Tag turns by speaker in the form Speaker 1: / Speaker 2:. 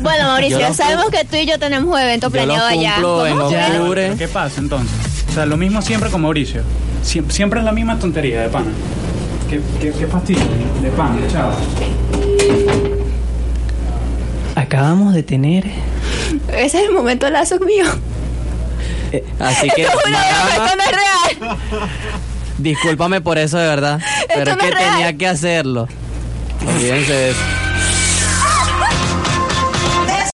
Speaker 1: Bueno, Mauricio,
Speaker 2: Yo lo-
Speaker 1: sabemos que tú y yo tenemos un evento
Speaker 2: Yo
Speaker 1: planeado
Speaker 2: los
Speaker 1: allá.
Speaker 2: cumplo en
Speaker 1: ¿Cómo?
Speaker 3: Ya,
Speaker 2: octubre.
Speaker 3: pero ¿Qué pasa entonces? O sea, lo mismo siempre con Mauricio. Siem- siempre es la misma tontería de pana. ¿Qué, qué, qué fastidio? De pana, chao.
Speaker 4: Acabamos de tener.
Speaker 1: Ese es el momento lazo mío.
Speaker 2: Eh, Así que,
Speaker 1: Esto es una broma,
Speaker 2: nada,
Speaker 1: esto no es real.
Speaker 2: discúlpame por eso de verdad, pero es
Speaker 1: no
Speaker 2: que
Speaker 1: es real.
Speaker 2: tenía que hacerlo. Olvídense de eso.